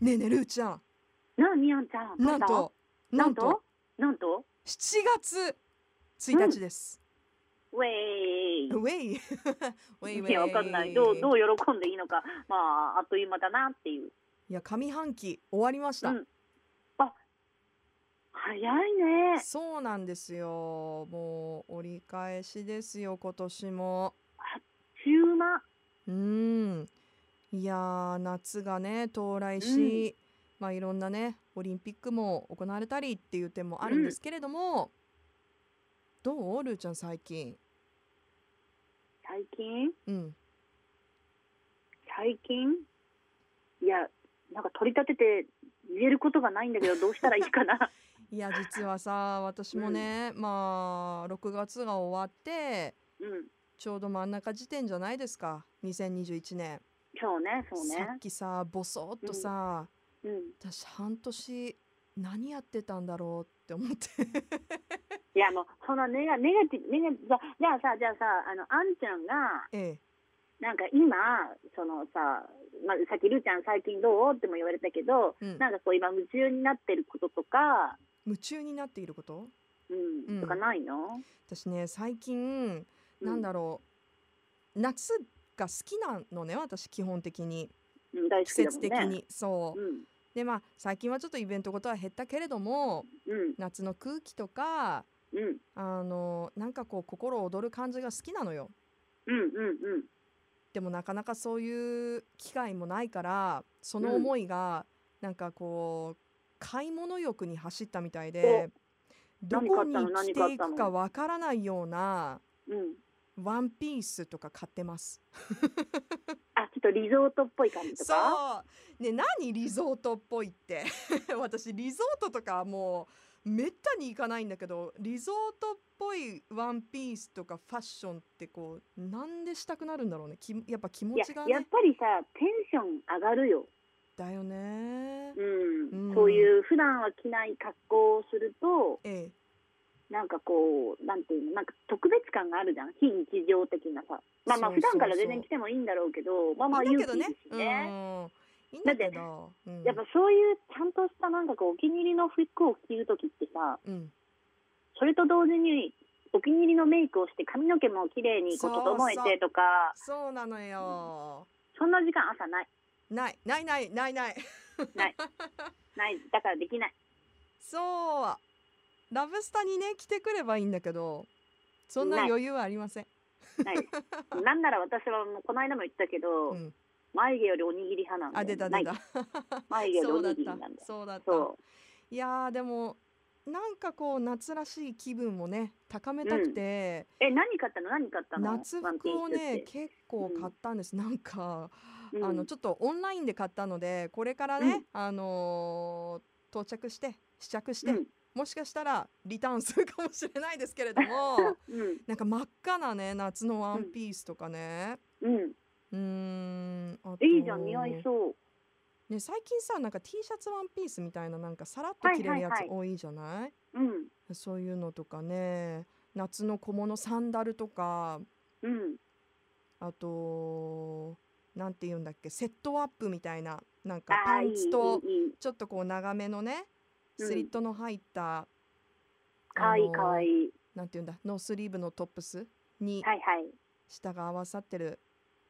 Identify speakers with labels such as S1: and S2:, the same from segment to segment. S1: ねえねえルーちゃん
S2: なあみおんちゃんどう
S1: なん
S2: だ
S1: と
S2: な
S1: なん
S2: んと
S1: と
S2: なんと
S1: 7月1日です、
S2: ウェーイ
S1: ウェイ ウェイウェ
S2: い
S1: イ
S2: やわかんないどうどう喜んでいいのかまああっという間だなっていう
S1: いや上半期終わりました、
S2: うん早いね
S1: そうなんですよもう折り返しですよ今年も
S2: 週間
S1: うんいやー夏がね到来し、まあいろんなねオリンピックも行われたりっていう点もあるんですけれども、どうルーちゃん最近
S2: 最近
S1: うん
S2: 最近いやなんか取り立てて言えることがないんだけどどうしたらいいか な
S1: いや実はさ私もね、まあ6月が終わって
S2: うん
S1: ちょうど真ん中時点じゃないですか2021年、
S2: そうねそうね
S1: さっきさボソっとさ、
S2: うん
S1: 私半年何やってたんだろうって思って
S2: いやもうそのネガネガティブネガじゃじゃあさじゃあさあのあんちゃんが
S1: ええ
S2: なんか今そのさ、まあ、さっきるーちゃん最近どうっても言われたけど、
S1: うん
S2: なんかこう今夢中になってることとか、
S1: 夢中になっていること
S2: うん
S1: うん
S2: とかないの、
S1: 私ね最近
S2: うん、
S1: なんだろう夏が好きなのね私基本的に
S2: うん大好
S1: 季
S2: きだも
S1: 節
S2: んね
S1: 的にそうでまあ最近はちょっとイベントごとは減ったけれども
S2: うん
S1: 夏の空気とか
S2: うんうん
S1: あのなんかこう心躍る感じが好きなのよ
S2: うんうんうん
S1: でもなかなかそういう機会もないからその
S2: うん
S1: 思いがなんかこう買い物欲に走ったみたいでどこに着
S2: 何
S1: て
S2: 買
S1: い
S2: ったの
S1: くかわからないような
S2: うん
S1: ワンピースとか買ってます。
S2: あちょっとリゾートっぽい感じと
S1: そ
S2: か
S1: うね何リゾートっぽいって 私リゾートとかもうめったに行かないんだけどリゾートっぽいワンピースとかファッションってこうなんでしたくなるんだろうねきやっぱ気持
S2: いや
S1: ちが
S2: やっ
S1: ね
S2: ぱりさテンション上がるよ、
S1: だよね
S2: うん
S1: うん
S2: そういう普段は着ない格好をすると
S1: ええ
S2: なんかこうなんていうのなんか特別感があるじゃん非日常的なさまあまあ
S1: そう
S2: 普
S1: そうそう
S2: 段から全然着てもいいんだろうけどまあまあ
S1: いいん
S2: 勇
S1: だけ
S2: 気
S1: どねうん
S2: いるしね、
S1: いいんだけどうん
S2: やっぱそういうちゃんとしたなんかこうお気に入りの服を着るときってさ
S1: うん
S2: それと同時にお気に入りのメイクをして髪の毛も綺麗にこう整えてとか
S1: そうなのよ
S2: そんな時間朝ない
S1: ないないないないない
S2: ないだからできない
S1: そうラブスタにね来てくればいいんだけどそんな余裕はありません
S2: ないなんなら私はもうこの間も言ったけど、
S1: うん
S2: 眉毛よりおにぎり派なんで
S1: あ出た
S2: な
S1: 出
S2: い
S1: た
S2: 眉毛より
S1: そ
S2: お
S1: うだっ
S2: にぎりな
S1: た
S2: んだよ
S1: そうだった
S2: そう
S1: いやーでもなんかこう夏らしい気分をね高めたくて、
S2: え何買ったの何買ったの
S1: 夏服をね結構買ったんです、なんか、あ
S2: あ
S1: の
S2: の
S1: ちょっとオンラインで買ったのでこれからね、あのー到着して試着して、
S2: うん
S1: もしかしたらリターンするかもしれないですけれど も
S2: うん
S1: なんか真っ赤なね夏のワンピースとかね
S2: うん
S1: うーんあと
S2: いいじゃん似合いそう
S1: ね、最近さなんか T シャツワンピースみたいななんかさらっと着れるや
S2: はいは
S1: つ
S2: いは
S1: 多いじゃない,、
S2: うん
S1: そういうのとかね夏の小物サンダルとか
S2: うん
S1: あとなんて言うんだっけセットアップみたいななんか
S2: あ
S1: パ
S2: ーい
S1: ン
S2: い
S1: ツと
S2: いいいい
S1: ちょっとこう長めのね
S2: うん
S1: スリットの入った、
S2: かわいい
S1: あの
S2: かわいい
S1: なんて言うんだノースリーブのトップスに
S2: はいはい
S1: 下が合わさってる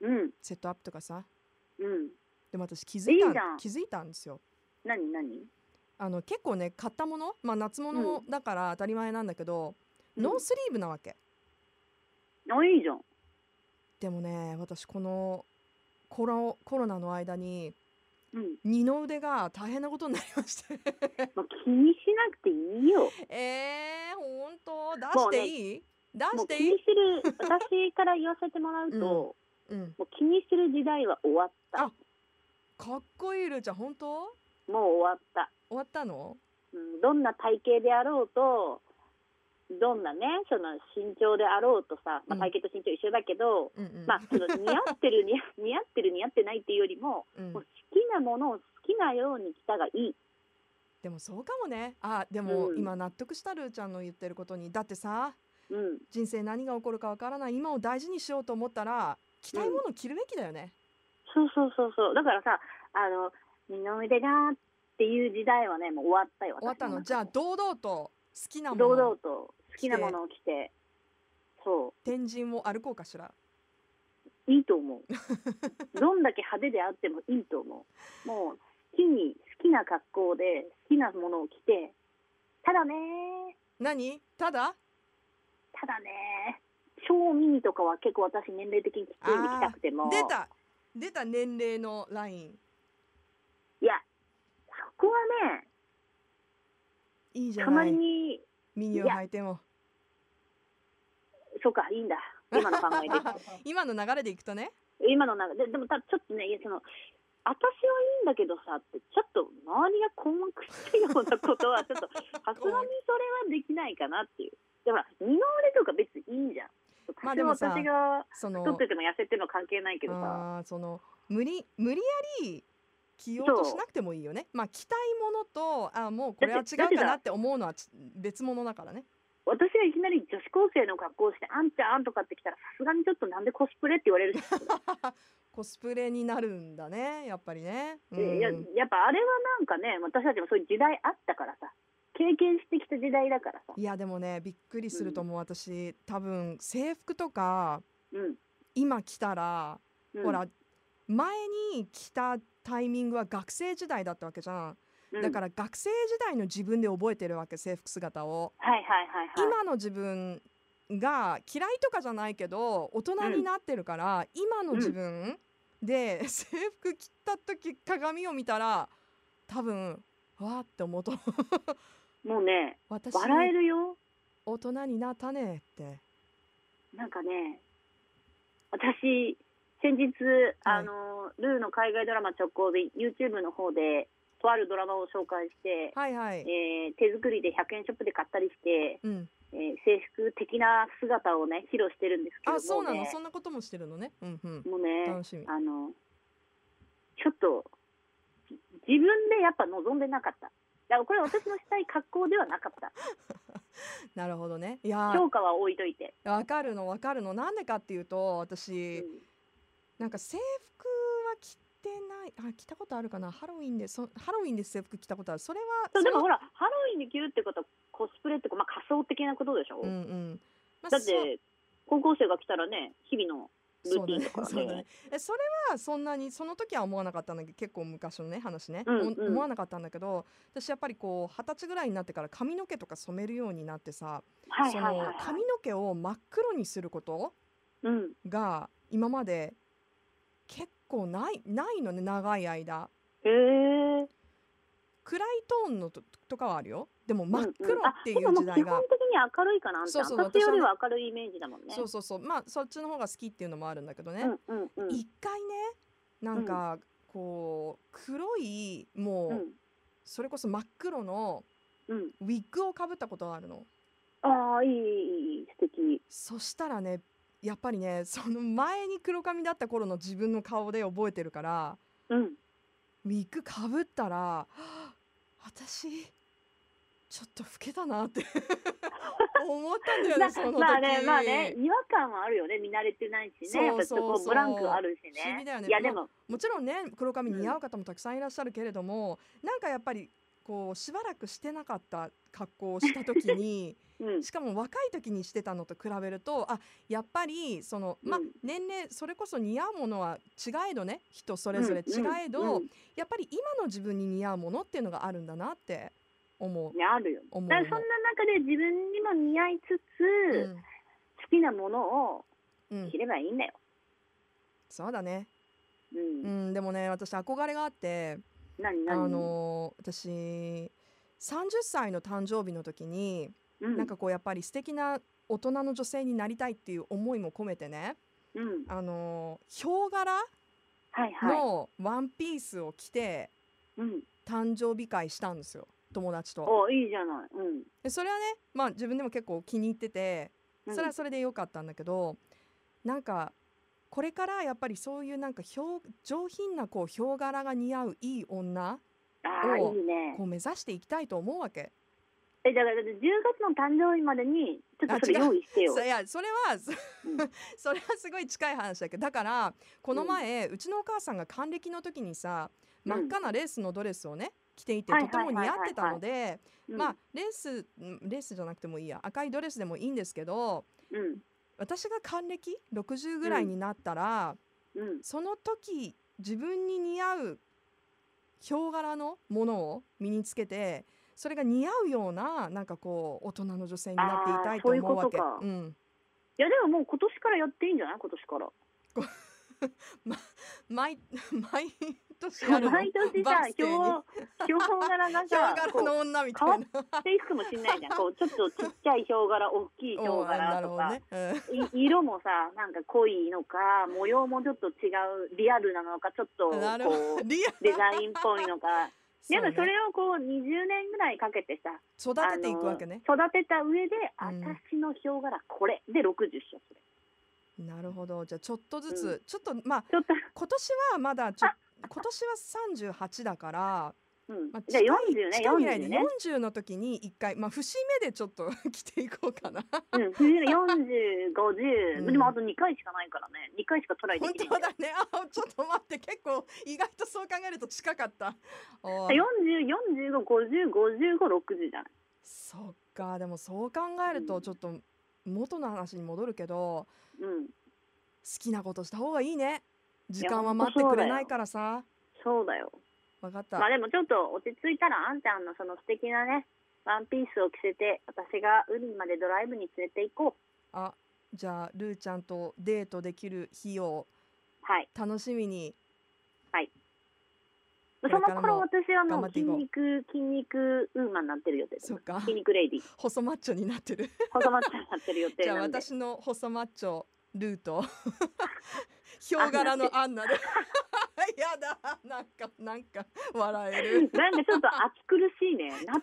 S2: うん
S1: セットアップとかさ
S2: うん
S1: でも私気づいた
S2: いいじゃん
S1: 気づいたんですよ
S2: 何何
S1: あの結構ね買ったもの、まあ、夏物だから当たり前なんだけど、ノースリーブなわけ
S2: うんあいいじゃん
S1: でもね私このコロコロナの間に
S2: うん
S1: 二の腕が大変なことになりまして
S2: もう気にしなくていいよ
S1: えー、本当出
S2: も
S1: し
S2: うね
S1: ていい、出
S2: も
S1: し
S2: う気
S1: ていい
S2: にする私から言わせてもらうと、
S1: うん
S2: も
S1: うん、
S2: う気にする時代は終わった
S1: あかっこいいルーちゃん本当
S2: もう終わった、
S1: 終わったの
S2: うん、どんな体型であろうとどんなねその身長であろうとさ、ま
S1: うん
S2: あ、体型と身長一緒だけど、
S1: うんうん、
S2: まあ、その似合ってる似合似合ってる似合ってないっていうよりも
S1: うん
S2: もう好きなものを好きなように着たがいい
S1: でもそうかもねあでも
S2: うん
S1: 今納得したルーちゃんの言ってることにだってさ
S2: うん
S1: 人生何が起こるかわからない今を大事にしようと思ったら着たいものを着るべきだよね、
S2: そうそうそうそうだからさあの二の腕がっていう時代はねもう終わったよ
S1: 終わったの
S2: 私
S1: じゃあ
S2: 中で
S1: 堂々と好きなも
S2: 堂
S1: の
S2: 々と好きなものを着てそ
S1: 天神を歩こうかしら
S2: ういいと思 うどんだけ派手であってもいいと思うもう好きに好きな格好で好きなものを着てただね
S1: 何ただ
S2: ただね超ミニとかは結構私年齢的にきついに着たくても
S1: 出た出た年齢のライン
S2: いやそこはね
S1: いいじゃ
S2: たま
S1: ない
S2: に
S1: ミニを履いても
S2: そうかいいんだ今の考 えで
S1: 今の流れでいくとね
S2: 今のなんかででもたちょっとねいやその私はいいんだけどさってちょっと周りが困惑したようなこ とはちょっとさすがにそれはできないかなっていうだから二の腕とか別にいいじゃん
S1: まあ
S2: 多
S1: で
S2: 少
S1: もさ
S2: 私が
S1: そ
S2: 太
S1: の
S2: ってても痩せても関係ないけどさ
S1: あーその無理無理やり着ようとしなくてもいいよねまあ着たいものとあーもうこれは
S2: だっ
S1: 違
S2: て
S1: う
S2: だって
S1: か
S2: だ
S1: なって思うのはち別物だからね
S2: 私がいきなり女子高生の格好をしてあんちゃんとかってきたらさすがにちょっとなんでコスプレって言われるし、
S1: コスプレになるんだねやっぱりね、うん
S2: いややっぱあれはなんかね私たちもそういう時代あったからさ経験してきた時代だからさ
S1: いやでもねびっくりすると思う、私多分制服とか
S2: うん、
S1: 今着たら、
S2: うん、
S1: ほら前に着たタイミングは学生時代だったわけじゃん、
S2: うん
S1: だから学生時代の自分で覚えてるわけ制服姿を、
S2: はいはいはいはい
S1: 今の自分が嫌いとかじゃないけど大人になってるから、今の自分で、制服着た時鏡を見たら多分わーって思うと思う
S2: もうね
S1: 私
S2: 笑えるよ
S1: 大人になったねって
S2: なんかね私先日、
S1: はい
S2: あのルーの海外ドラマ直行便 YouTube の方でとあるドラマを紹介して、
S1: はいはい、
S2: えー手作りで100円ショップで買ったりして、
S1: うん、
S2: えー制服的な姿をね披露してるんですけども
S1: あそうなの
S2: ね
S1: そんなこともしてるのねうんうん
S2: もうね
S1: 楽しみ
S2: あのちょっと自分でやっぱ望んでなかっただからこれ私のしたい格好ではなかった
S1: なるほどねいや
S2: 評価は置いといて、
S1: ーわかるのわかるのなんでかっていうと私、
S2: うん
S1: なんか制服は着てないあ着たことあるかなハロウィンでそハロウィンで制服着たことあるそれは
S2: そうで
S1: れ
S2: もほらハロウィンに着るってことはコスプレってこうまあ仮装的なことでしょ、
S1: うんうん、まあ
S2: だって高校生が来たらね日々のル
S1: そう
S2: ーテ
S1: だ
S2: ィン
S1: ね
S2: とか
S1: そうだね
S2: ね
S1: えそれはそんなにその時は思わなかったんだけど結構昔のね話ね、
S2: うん
S1: お
S2: うん
S1: 思わなかったんだけど私やっぱりこう二十歳ぐらいになってから髪の毛とか染めるようになってさ、
S2: はいはいはい
S1: その
S2: はい
S1: 髪の毛を真っ黒にすること
S2: うん
S1: が今まで結構ないないのね長い間
S2: へえ
S1: 暗いトーンのととかはあるよでも真っ黒っていう時代
S2: 基
S1: が
S2: 本、的に明るいかなあんた
S1: そうそう
S2: 私より
S1: 私は
S2: は明るいイメージだもんね
S1: そうそうそうまあそっちの方が好きっていうのもあるんだけどね、
S2: うんうんうん
S1: 一回ねなんかこう黒いもう、
S2: うん
S1: それこそ真っ黒の
S2: うん
S1: ウィッグをかぶったことがあるの
S2: ああいいいいいい素敵
S1: そしたらねやっぱりねその前に黒髪だった頃の自分の顔で覚えてるから
S2: うん
S1: ウィッグかぶったらはあ私ちょっと老けたなって 思ったんだよね
S2: な
S1: その時
S2: まあねまあね違和感はあるよね見慣れてないしねやっぱちょっとこ
S1: そうそうそう
S2: うブランクあるし
S1: 不思議
S2: ね
S1: だよね
S2: いやでも
S1: もちろんね黒髪似合う方もたくさんいらっしゃるけれども、なんかやっぱりこうしばらくしてなかった格好をした時に
S2: うん
S1: しかも若い時にしてたのと比べるとあやっぱりその、まあ
S2: うん
S1: 年齢それこそ似合うものは違えどね人それぞれ違えど、
S2: うんうん
S1: やっぱり今の自分に似合うものっていうのがあるんだなって思う
S2: ねあるよ
S1: 思う
S2: だからそんな中で自分にも似合いつつ、好きなものを
S1: うんうん
S2: 着ればいいんだよ。
S1: そうだね、
S2: う。
S1: うんん、でもね私憧れがあって
S2: 何
S1: あ
S2: 何。
S1: のー私30歳の誕生日の時に
S2: うん、
S1: なんかこうやっぱり素敵な大人の女性になりたいっていう思いも込めてね
S2: うん。
S1: あのヒョウ柄
S2: はいはい。
S1: のワンピースを着て
S2: うん。
S1: 誕生日会したんですよ友達と。
S2: おいいじゃない。うん。
S1: でそれはねまあ自分でも結構気に入ってて
S2: うん
S1: それはそれで良かったんだけどなんかこれからやっぱりそういうなんかヒョウ上品なこうヒョウ柄が似合ういい女
S2: ああ
S1: お
S2: いいね
S1: こ。う目指していきたいと思うわけ。
S2: えだからだって10月の誕生日までにちょっとそれ
S1: あ違う
S2: 用意してよ
S1: そ。いやそれは、 そ
S2: うん
S1: それはすごい近い話だけどだからこの前、うちのお母さんが還暦の時にさ真っ赤なレースのドレスをね着ていて
S2: はい
S1: とても似合ってたので
S2: うん
S1: まあレースんレースじゃなくてもいいや赤いドレスでもいいんですけど
S2: うん
S1: 私が還暦60ぐらいになったら、
S2: うん
S1: その時自分に似合うヒョウ柄のものを身につけてそれが似合うようななんかこう大人の女性になっていたいと思うわけ。
S2: あーそう
S1: うん、
S2: いやでももう今年からやっていいんじゃない今年から。
S1: 毎 毎年やるの
S2: 毎年
S1: バ
S2: さ
S1: ース、デーに
S2: 表表柄が
S1: ヒ ョウ
S2: さ、
S1: 柄
S2: こう
S1: の女みたいな。
S2: っていくかもしんないじゃん。こうちょっとちっちゃい表柄、大きい表
S1: おーな
S2: 柄
S1: るほ
S2: と
S1: ど
S2: か、
S1: ね。うん
S2: い色もさ、なんか濃いのか、模様もちょっと違う、リアルなのか、ちょっとこ
S1: なるほ
S2: う
S1: リアル
S2: デザインっぽいのか。でも そ
S1: そうね
S2: れをこう20年ぐらいかけてさ、
S1: 育てていくわけね。
S2: あの育てた上で、
S1: うん
S2: 私の表柄これで60勝する。
S1: なるほど。じゃあちょっとずつ、
S2: う
S1: ちょっとまあ
S2: ちょっと、
S1: 今年はまだちょ今年は38だから、
S2: うん
S1: まあ、
S2: じゃあ40ね、
S1: 近い近い未来
S2: 40
S1: で
S2: ね。
S1: 40の時に一回、まあ、節目でちょっと 着ていこうかな。
S2: うん、40、50、
S1: うん
S2: でもあと2回しかないからね、2回しかトライで
S1: 本
S2: きないん
S1: 当
S2: だよ。
S1: だね。あ、ちょっと待って、結構意外とそう考えると近かった。おー
S2: 40、45、50、55、60じゃない。
S1: そっか、でもそう考える
S2: う
S1: と
S2: ん
S1: ちょっと元の話に戻るけど、
S2: うん、
S1: 好きなことした方がいいね。時間は待ってくれないからさ。
S2: そうだよ。
S1: わかった
S2: まあ。でもちょっと落ち着いたら、あんちゃんのその素敵なね、ワンピースを着せて、私が海までドライブに連れて行こう。
S1: あ、じゃあルーちゃんとデートできる日を
S2: はい。
S1: 楽しみに。これ
S2: その
S1: からも
S2: 頃私はも
S1: 頑張
S2: う
S1: ってい
S2: 筋
S1: こう
S2: 肉、筋肉ウーマンになってる予定です
S1: そっ。 か。
S2: 筋肉レイディー。
S1: 細マッチョになってる。
S2: 細マッチョになってる予定
S1: じゃあ
S2: なんで。
S1: 私の細マッチョルー トヒョウ柄のアンナで やだ なんかなんか笑える
S2: なんかちょっと暑苦し いね。
S1: か
S2: 夏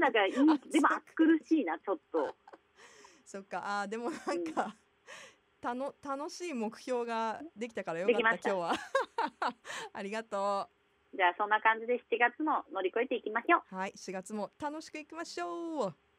S2: だからいい、でも暑苦しいな、ちょっと。
S1: そっかあーでもなんか、たの楽しい目標ができたからよかっ
S2: でき
S1: た
S2: ました
S1: 今日は ありがと
S2: じゃあそんな感じで7月も乗り越えていきましょう。
S1: うはい4月も楽しくいきましょう